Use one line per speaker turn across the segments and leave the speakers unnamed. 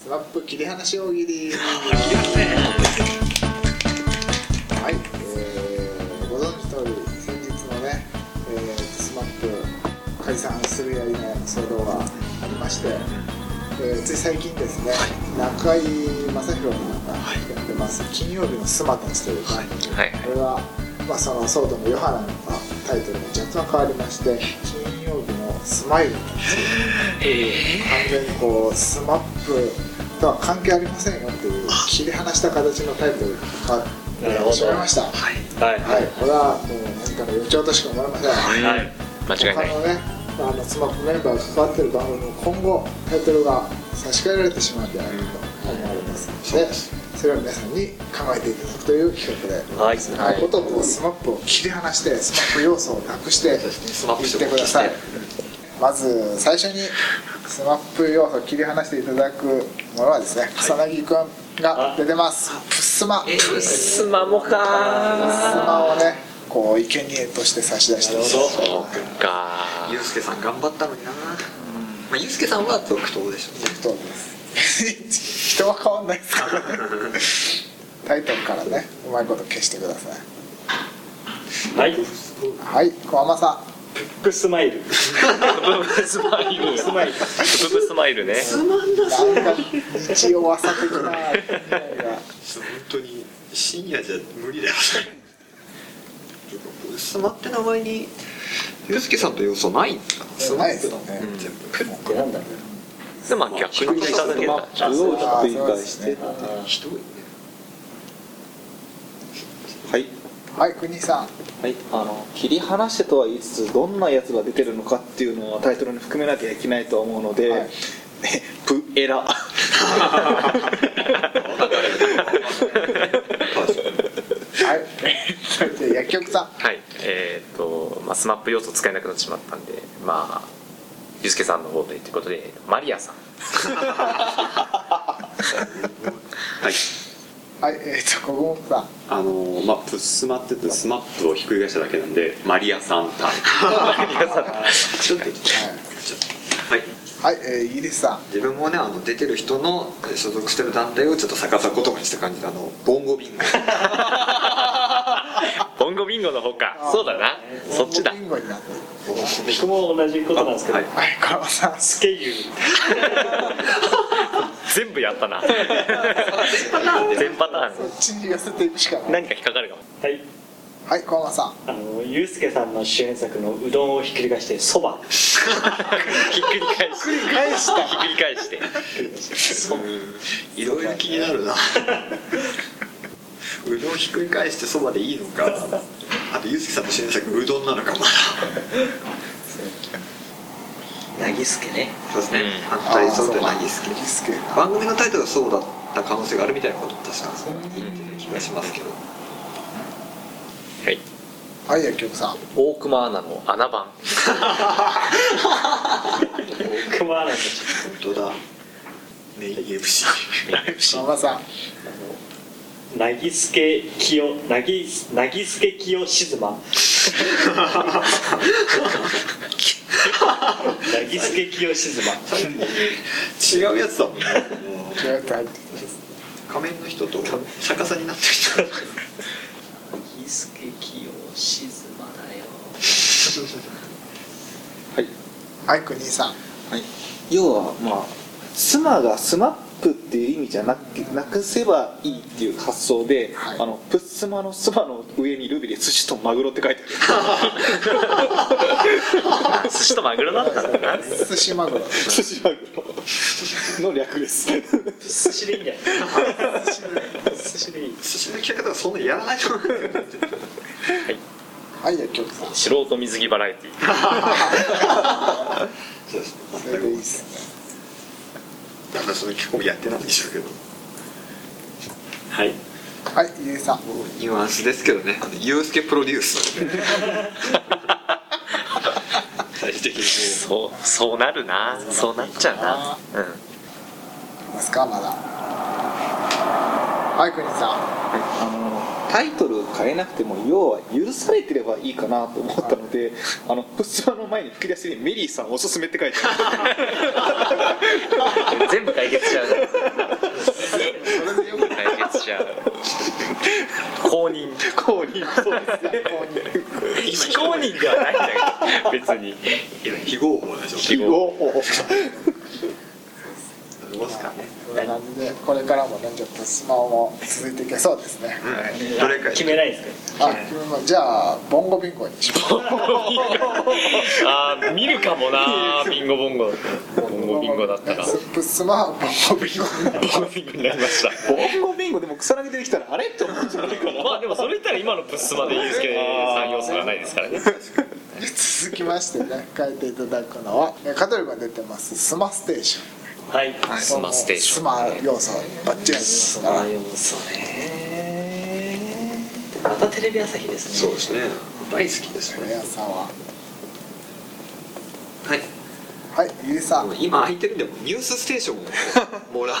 スワップ切り離し大喜 利はい、えー、ご存知の通り先日のね、えー、スマップ解散するやいなやの騒動がありまして、えー、つい最近ですね、中居正広さんがやってます、金曜日のスマたちという番組、
はい
これは、まあ、その騒動のヨハナのタイトルが若干変わりまして金曜日のスマイルになったんですよ
え
完全にこうスマップとは関係ありませんよっていう切り離した形のタイトル
なる
が
ほ
お
ど
っしゃいましたは
はい
はい
いこれはもう何かの予兆としか思いません
いはい
間違いない
他のねあのスマップメンバーが関わってる番組も今後タイトルが差し替えられてしまうんじゃないかと思われますのでそれを皆さんに考えていただくという企画で
はい
はい、ことをスマップを切り離してスマップ要素をなくしていっ
スマップ
てくださいまず最初にスマップ要素を切り離していただくものはですね草薙くんが出てますプッスマプッ
プ
ス
スマモか
マをねこう生贄として差し出してます
そうか
ゆうすけさん頑張ったのにな、まあ、ゆうすけさんは続投でしょうね
そうです人は変わんないですからねタイトルからねうまいこと消してください
はい。
はい小浜さん
ブックスマイル。
ブブスマイル
スマイル。
ブブスマイルね
なんか日曜朝的な匂いが
本当に深夜じゃ無理だよねスマって名前にゆうすけさんと要素ないんですかスマ
ない
ッ
で
プ
す
だもん
ね
全部
なんだろう
でまあ逆に下だけだ
あ
中央をちょっと
あー
展開
そ
し
うですね
て
ひどいね
はい
はい国さん
はいあの切り離してとは言いつつどんなやつが出てるのかっていうのはタイトルに含めなきゃいけないと思うので、
はい
プ エラ
はいじゃあ薬局さん
はいえっ、と、まあ、スマップ要素使えなくなってしまったんでまあゆうすけさんの方でということでマリア さん
はい、
はいえーと小郷さん
あのーまあプッスマって言うとスマップをひっくり返しただけなんでマリアさんタイ
マリアさん
ちょっとは
は
い
いはいえーイギリスさん
自分もねあの出てる人の所属してる団体をちょっと逆さ言葉にした感じであのボンゴビンゴ
ボンゴビンゴの方かそうだなそっちだ
ボンゴビンゴになってる
僕も同じことなんですけど
はい。
はい小浜さん
スケユ
全部やったな
全パターンで
全パター
こっちに寄せていくしか
ン
ない
何か引っかかるかも
はい。
はい小浜さん
あのゆうすけさんの主演作のうどんをひっくり返してそば。
ひっくり返してひっくり返したひっくり返して
いろいろ気になるな うどんひっくり返してそばでいいのかあとゆうすけさんの新作うどんなのかまだ
なぎすけね
そうですね
うん
反対そうと何す
す
け
けすけ
番組のタイトルがそうだった可能性があるみたいなことも確か言ってる気がしますけど
はい
はい薬局さん
大熊アナの穴番
僕もあるんです。
本当だメイン MC
小浜さん
なぎすけきよなぎなぎすけきよし ずま。なぎすけきよしずま。
違うやつだもんね
気合入ってきて
仮面の人と逆さになってる人
なぎすけきよしずまだよ
はい
はい国さん
要はまあ妻がスマップっていう意味じゃなくなくせばいいっていう発想で、
はい
あのプッスマのスマの上にルビで寿司とマグロって書いてある
寿司とマグロだったんだな
寿司マグロ
寿司マグロの略です
寿司でいいんだよ。寿司でいい。
寿司の着方はそんなやらないと思うんだけど
はい薬局さん
素人水着バラエティ
そうです
それでいいっす
多分その結構やってないんでしょうけど
はい。
ねはいイギリスさん
ニュアンスですけどねあのユうスケプロデュース最終的にも
そうそうなるなそうなっちゃうなうん
いますかまだはい国さ
あのタイトル変えなくても要は許されてればいいかなと思ったので、あのプッスマの前に吹き出しにメリーさんおすすめって書いてある
全部解決しちゃうね 人ではないんだけど別に
非合法なんでしょ
記号
ありますかね
こんな感じでこれからもねちょっとスマホも続いていけそうですね、
どれか
決めないですね
あ決めまじゃあボンゴビンゴにします
あー見るかもなビンゴボンゴボンゴビンゴだったらボン
ススマホボンゴビンゴ
ゴビンゴになりました
ボンゴビンゴでも草薙出てきたらあれって思うんじゃないかな
まあでもそれ言ったら今のプッスマでユースケさん要素がないですからね
続きましてね書いていただくのはえカトリが出てますスマステーション
はい
スマステーション
スマ要素バッチリ入ってますから
あ要素ねまたテレビ朝日ですね
そうですね大好きですね
皆さんは
はい
はいゆりさん
今空いてるんでもニュースステーションをもらう
あ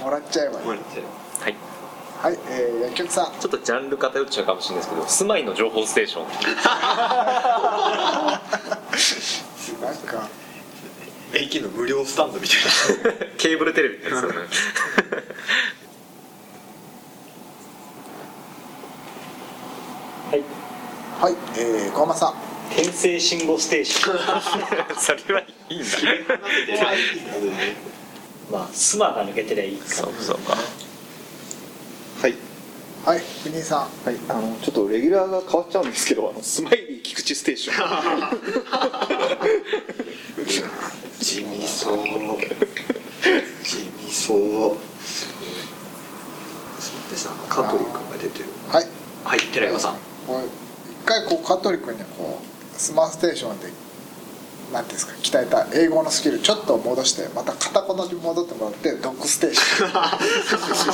ーもらっちゃえばいい
も
は
らって
はい
い、えー、薬局さん
ちょっとジャンル偏っちゃうかもしれないですけど住まいの情報ステーション
なんか
駅の無料スタンドみたいな
ケーブルテレビってやつだね
はい
はいえー、小浜さん
転生信号ステーション
それはいいんだ
まあスマが抜けてりゃいいか
そうそうか
はい
はい国井さん
はい、あのちょっとレギュラーが変わっちゃうんですけどあのスマイリー菊池ステーシ ョン
地味そう地味そうそうですねあの香取君が出てる
はい
はい寺山さん
こう一回こう香取君にこうスマステーションでなんていうんですか鍛えた英語のスキルちょっと戻してまた片言に戻ってもらってドッグステーション
ドッグス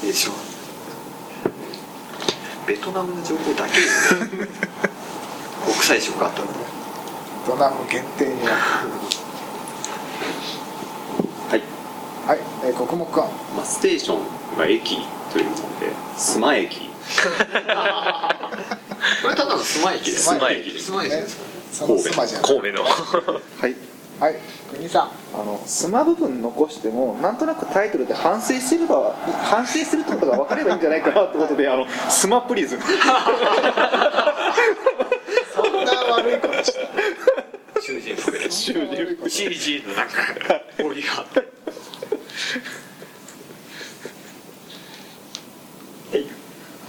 テーションベトナムの情報だけですね国際色があったの
ドナム限定になる
はい、
はい、えー、国木君
まあ、ステーションが駅ということで須磨駅
これただのスマ駅です
スマ
駅
スマ駅 ですか
そのスマじゃん
神戸の
はい
はい国井さん
あのスマ部分残してもなんとなくタイトルで反省すれば反省するってことが分かればいいんじゃないかなってことであのスマプリズム
そんな悪いことし
囚人服で
てない悪いこと
CG のなんか折りがあって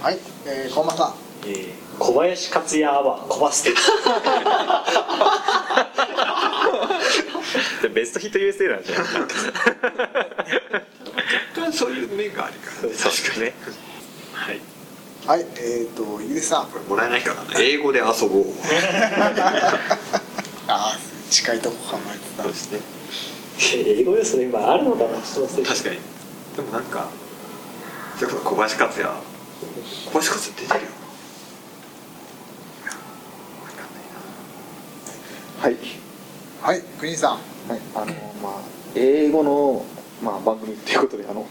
はい、えー、小間さん
えー小林克也アワーコバス テーシ
ベストヒット USA なんじゃないか
若干そういう面があるからね確かに
ね
はい
はいえっ、ー、とゆりさん
これもらえないからね英語で遊ぼう
あー近いとこ構えてた
そうですね
ョン英語ですね今あるのかなそのステーショ
確か
ン
にでもなんかそれこそ小林克也小林克也出てるよわかんないな
はい
はい国井さん
はい、あのまあ英語の、まあ、番組っていうことで「あの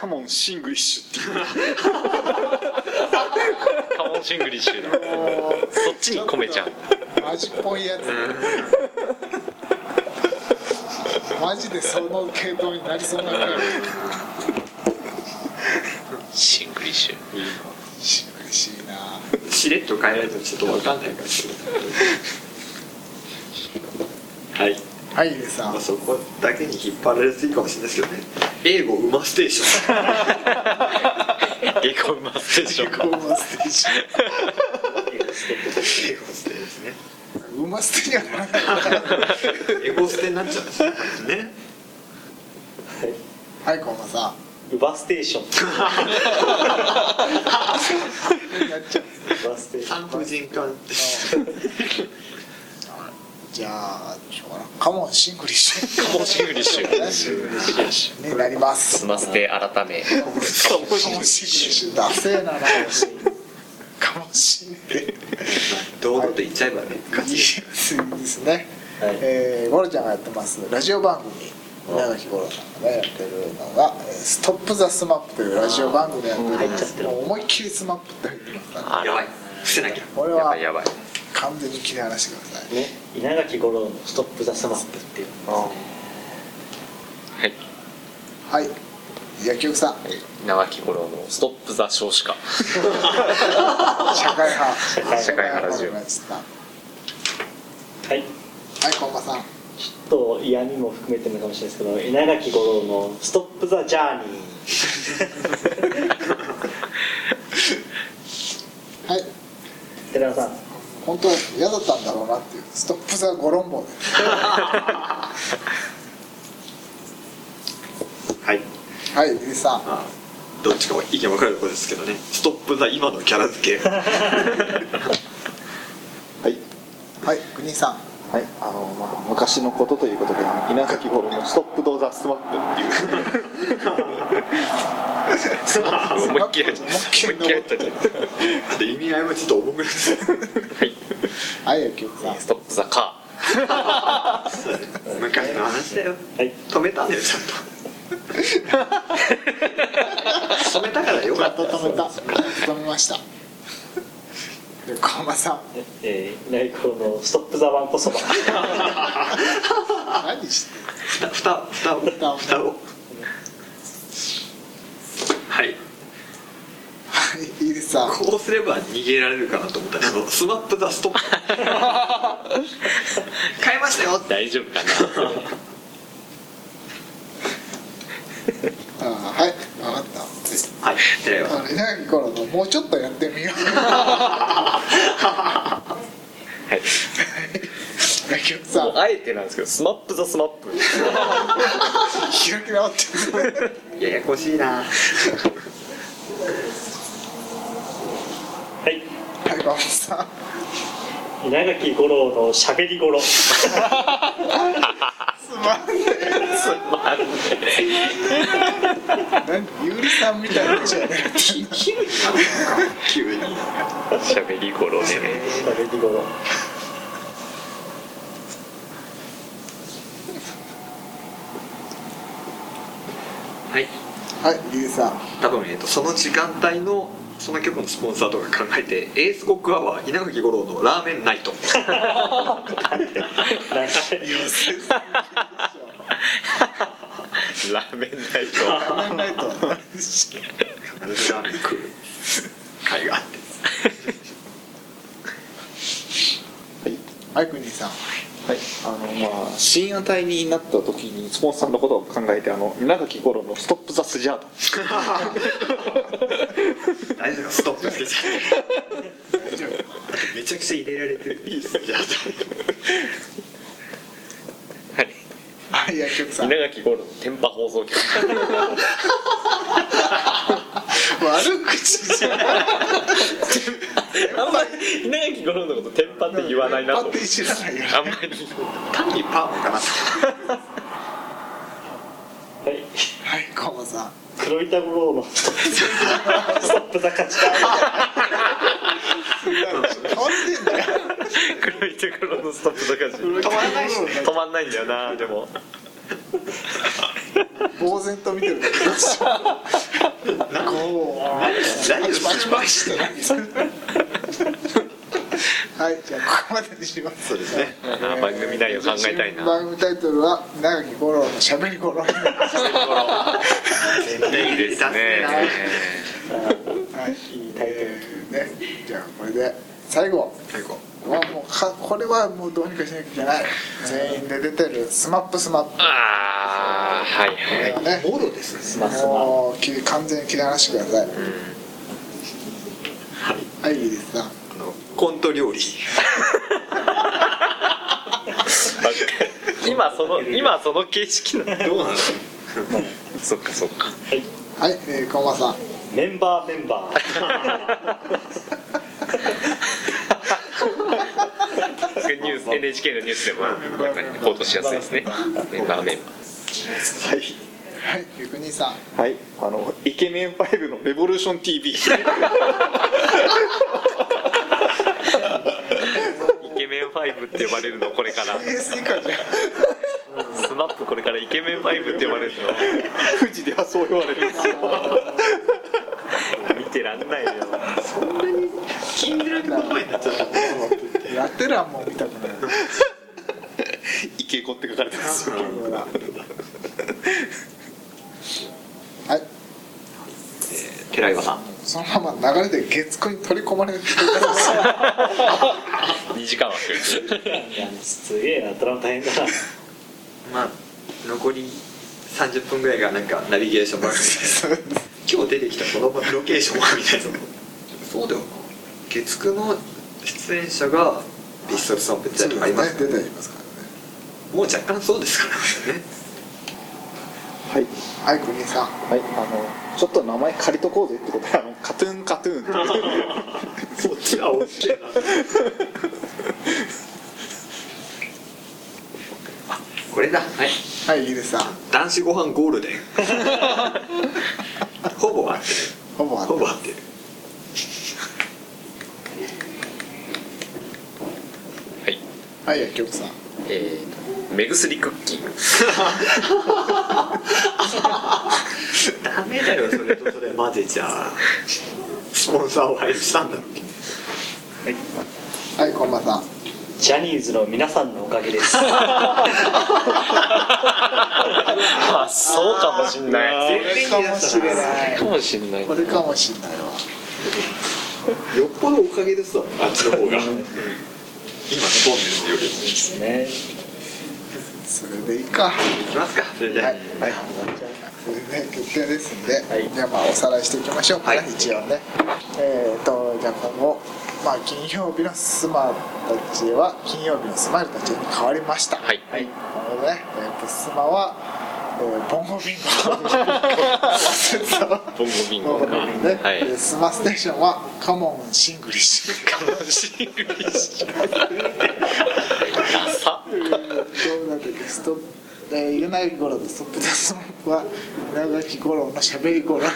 カモンシングリッシュ」っていう
カモンシングリッシュのそっちに込めちゃう
マジっぽいやつマジでその系統になりそうなぐらい
シングリッシュ
し嬉しいな
しれっと変えられてもちょっとわかんないかもしれないはい、
はいゆりさん
まあ、そこだけに引っ張られていいかもしれないですけどね英語馬ステーション
エコウマステーションか
馬ステーシ
英語ステですね
ョン馬ステーション
エゴステになっちゃうん ですよね
はい小間さ
ウバステーション
ん やっちゃう
ウバステーション
産婦人科です
じゃあしょうがないカモンシングリッシュ
カモンシングリッシュ
になります
スマステ改め
カモンシングリッシュダセーななカモンシングリッシュ
堂々と言っちゃえばね勝ち
次ですね、
はい
えー、ゴロちゃんがやってますラジオ番組稲垣ゴロさんがねやってるのが「えーストップ・ザ・スマップ」というラジオ番組でやってるんですもう思いっきりスマップって入ってますから
や
あら
ばい伏せなきゃ
これ
やば
はい
やばい
完全に切り離してください
ね稲垣吾郎の「ストップ・ザ・スマップ」っていう
あ
はい
はい野球さん
長き頃のストップ・ザ・少子化
社会派
社会派ラジオ
はい
はい
こんばんさん
ちょっと嫌味も含めてるのかもしれないですけど稲垣吾郎の「ストップ・ザ・ジャーニー」
はい
寺田さん
本当は嫌だったんだろうなっていうストップザゴロンボ
はい
ではいリリーさん
まあどっちかも意見分かれるところですけどねストップザ今のキャラ付 け
はい
はい国井さん
はい、あの、まあ、昔のことということで、稲垣吾郎のストップ・ド・ザ・スマップっていう。
思いっきり入っちゃった思いっきり入っちゃった
あと意味合いもちょっと重くなって
はい野球さん
ストップ・ザ・カ
昔の話だよ
はい
止めたんだよちゃんと止めたからよか
や
っ
っと止めた止めました横浜さん
えー、稲垣吾郎の「ストップ・ザ・ワンコそば」
何して
たふたふたふ
蓋を
たふたをはい
はいリリーさん
こうすれば逃げられるかなと思ったらスマップザス トップ買いましたよ
ー大丈夫かな
あーはい分かった
はいてれ
あの稲垣吾郎のもうちょっとやってみよう
はい
野球さん
もうあえてなんですけどスマップ・ザ・スマップ
開き直ってる
ややこしいな
はい
はい馬場さん
稲垣吾郎の「しゃべりごろ」
つまんね
つまんね
え何ゆうりさんみたいなじゃね
急に
えしゃべり頃でね
しゃべりごろ
はい
はいリリーさん
多分、えー、とその時間帯のその曲のスポンサーとか考えてエースコックアワー稲垣吾郎のラーメンナ イト
なんか
ラーメンナイト
仮面ライト
必ずラーメン食う会があって
はい国井さん
はい、あの、まあ、深夜帯になった時に、スポンサーのことを考えて、あの、稲垣吾郎のストップ・ザ・スジャータ。
大丈夫ストップつけちゃって大丈夫あとめちゃくちゃ入れられてるいいっすじゃあ
は
は
い
い野球さん
稲垣吾郎の天パ放送局
悪口じゃない
あんまり稲垣吾郎のこと天パって言わないなと
パ
思
ッ
って
いじらないよ
あんまり
単にパーマかなと
はい
はいコマさん
黒板五郎の「ストップ・ザ・勝ちだ」
変わってんだよ
黒いところのストップとか
止
し
まらないしね
止まんないんだよなでも
呆然と見てるだけなんかこう
何
パ
を
チパチパ
失
チ
敗
して
して
はいじゃあここまでにします
そうですね
あー番組内容考えたいな
番組タイトルは「長木五郎のしゃべり五郎」
いいですね
はい、
いいタイトル
えーね、じゃあこれで最後
最後
はもうかこれはもうどうにかしなきゃいけない全員で出てるスマップスマップ
ああはい
こ
は
れ
い
はね
モードですね
スマスマ
もう切り完全に切り離してくださいはいいいですか
あのコント料理
今その今その形式なの
どうなの
そっかそっか
はい、えー、こんばんさん
メンバーメンバー
ニュース NHK のニュースでもやっぱりレポートしやすいですねメンバーメンバー
はい。
はいゆくにいさん
はい、あの、イケメン5のレボリューション TV。
イケメン5って呼ばれるのこれから
PS 以下じゃん
スマップこれからイケメン5って呼ばれる
富士ではそう言われるんですよ。
の見てらんないよ
やってらんもう見たくない
イケコって書かれてますよ。
はい
寺岩さん
そのまま流れで月9に取り込まれる
2時間枠
すげえな、ドラム大変だな。
まあ残り30分ぐらいがなんかナビゲーション番組今日出てきたこのロケーションはみたいなそうだよな月9の出演者がピストルスワンプってあります
出
ね
てきますからね
もう若干そうですからね
はい
はい国井さん
はいあのちょっと名前借りとこうぜってことであのカトゥーンカトゥーンっていう
そっ ちは OK な。
これだはい
はいイギリスさん
男子ご飯ゴー ルデンほぼ合って
ほぼ
る
あ
ほぼ合ってる
はい
はい薬局さん
えーと目薬クッキング
ダメだよそれとそれ混ぜちゃスポンサーを配布したんだろう
はいこんばんさん
ジャニーズの皆さんのおかげです。
あそうかもしんない
これかもしれない
かもしんない
これかもしれないわ
よっぽどおかげですわあっちの方が今スポンですより
ですね。
それでいいか
いきますかそれで
は、
はい
はい、それで決定ですんで、
はい
じゃあまあおさらいしていきましょうか、
はい
一応ねえーとじゃあ今後まあ金曜日のスマたちは金曜日のスマイルたちに変わりました
はい
なのでね、えー、とスマは、えー、ボンゴビンゴ忘れてたわ
ボンゴビン
ボ
ゴ
ンゴ
か
ビンゴね、
はい
でスマステーションはカモンシングリッシ ュ
ダサ
えーどうなってストップ、えー、ユナイゴロとストップダスマップは長きゴロのしゃべりゴロ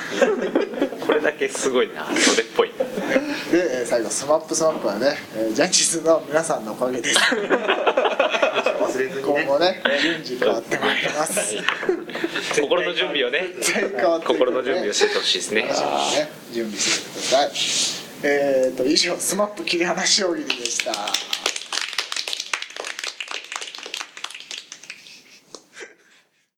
これだけすごいなそれっぽい
で、えー最後スマップスマップはね、えージャニーズの皆さんのおかげ です
忘れずに
今
ね
後ね順次変わってまいります
心の準備をね
全員変わってくる
心の準備をしててほしいですね
楽しみにね準備してくださいえー、と以上スマップ切り離し大喜利でした